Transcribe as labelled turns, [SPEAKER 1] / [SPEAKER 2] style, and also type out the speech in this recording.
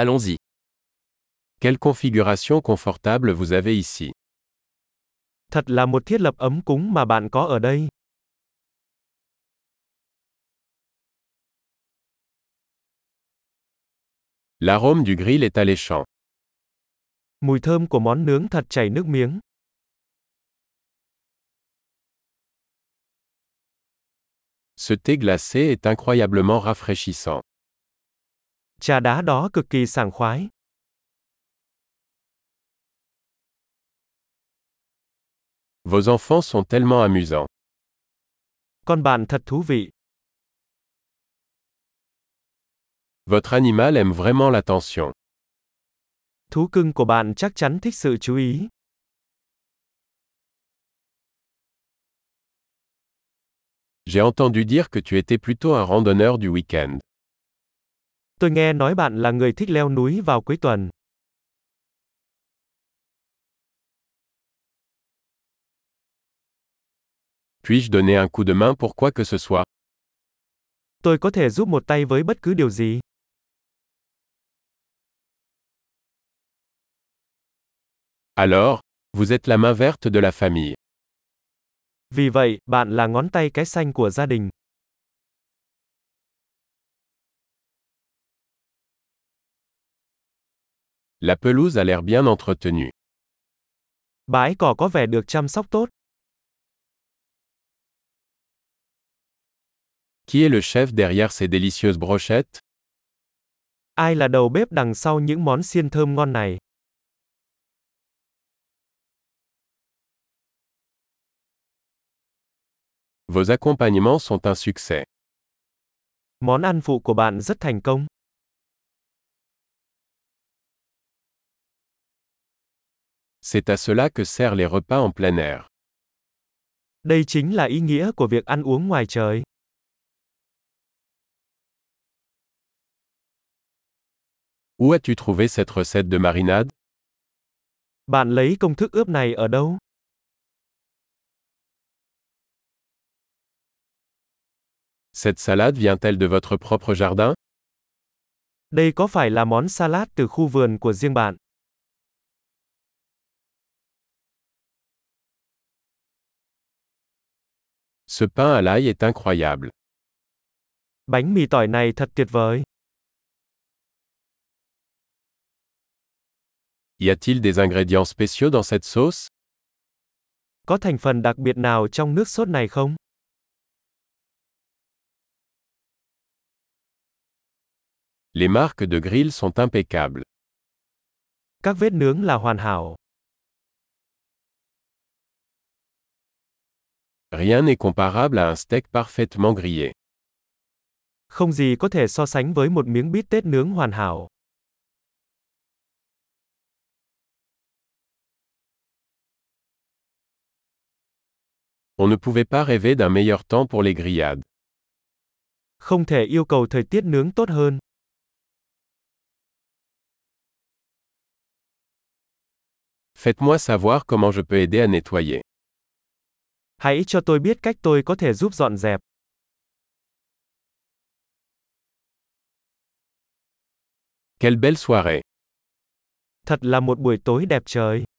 [SPEAKER 1] Allons-y.
[SPEAKER 2] Quelle configuration confortable vous avez ici.
[SPEAKER 3] Thật là một thiết lập ấm cúng mà bạn có ở đây.
[SPEAKER 2] L'arôme du grill est alléchant.
[SPEAKER 3] Mùi thơm của món nướng thật chảy nước miếng.
[SPEAKER 2] Ce thé glacé est incroyablement rafraîchissant.
[SPEAKER 3] Trà đá đó cực kỳ sảng khoái.
[SPEAKER 2] Vos enfants sont tellement amusants.
[SPEAKER 3] Con bạn thật thú vị.
[SPEAKER 2] Votre animal aime vraiment l'attention.
[SPEAKER 3] Thú cưng của bạn chắc chắn thích sự chú ý.
[SPEAKER 2] J'ai entendu dire que tu étais plutôt un randonneur du week-end.
[SPEAKER 3] Tôi nghe nói bạn là người thích leo núi vào cuối tuần.
[SPEAKER 2] Puis-je donner un coup de main pour quoi que ce soit?
[SPEAKER 3] Tôi có thể giúp một tay với bất cứ điều gì.
[SPEAKER 2] Alors, vous êtes la main verte de la famille.
[SPEAKER 3] Vì vậy, bạn là ngón tay cái xanh của gia đình.
[SPEAKER 2] La pelouse a l'air bien entretenue.
[SPEAKER 3] Bãi cỏ có vẻ được chăm sóc tốt.
[SPEAKER 2] Qui est le chef derrière ces délicieuses brochettes?
[SPEAKER 3] Ai là đầu bếp đằng sau những món xiên thơm ngon này?
[SPEAKER 2] Vos accompagnements sont un succès.
[SPEAKER 3] Món ăn phụ của bạn rất thành công.
[SPEAKER 2] C'est à cela que servent les repas en plein air.
[SPEAKER 3] Đây chính là ý nghĩa của việc ăn uống ngoài trời.
[SPEAKER 2] Où as-tu trouvé cette recette de marinade?
[SPEAKER 3] Bạn lấy công thức ướp này ở đâu?
[SPEAKER 2] Cette salade vient-elle de votre propre jardin?
[SPEAKER 3] Đây có phải là món salad từ khu vườn của riêng bạn?
[SPEAKER 2] Ce pain à l'ail est incroyable.
[SPEAKER 3] Bánh mì tỏi này thật tuyệt vời.
[SPEAKER 2] Y a-t-il des ingrédients spéciaux dans cette sauce?
[SPEAKER 3] Có thành phần đặc biệt nào trong nước sốt này không?
[SPEAKER 2] Les marques de grill sont impeccables.
[SPEAKER 3] Các vết nướng là hoàn hảo.
[SPEAKER 2] Rien n'est comparable à un steak parfaitement grillé.
[SPEAKER 3] Không gì có thể so sánh với một miếng bít tết nướng hoàn hảo.
[SPEAKER 2] On ne pouvait pas rêver d'un meilleur temps pour les grillades.
[SPEAKER 3] Không thể yêu cầu thời tiết nướng tốt hơn.
[SPEAKER 2] Faites-moi savoir comment je peux aider à nettoyer.
[SPEAKER 3] Hãy cho tôi biết cách tôi có thể giúp dọn dẹp.
[SPEAKER 2] Quelle belle soirée!
[SPEAKER 3] Thật là một buổi tối đẹp trời.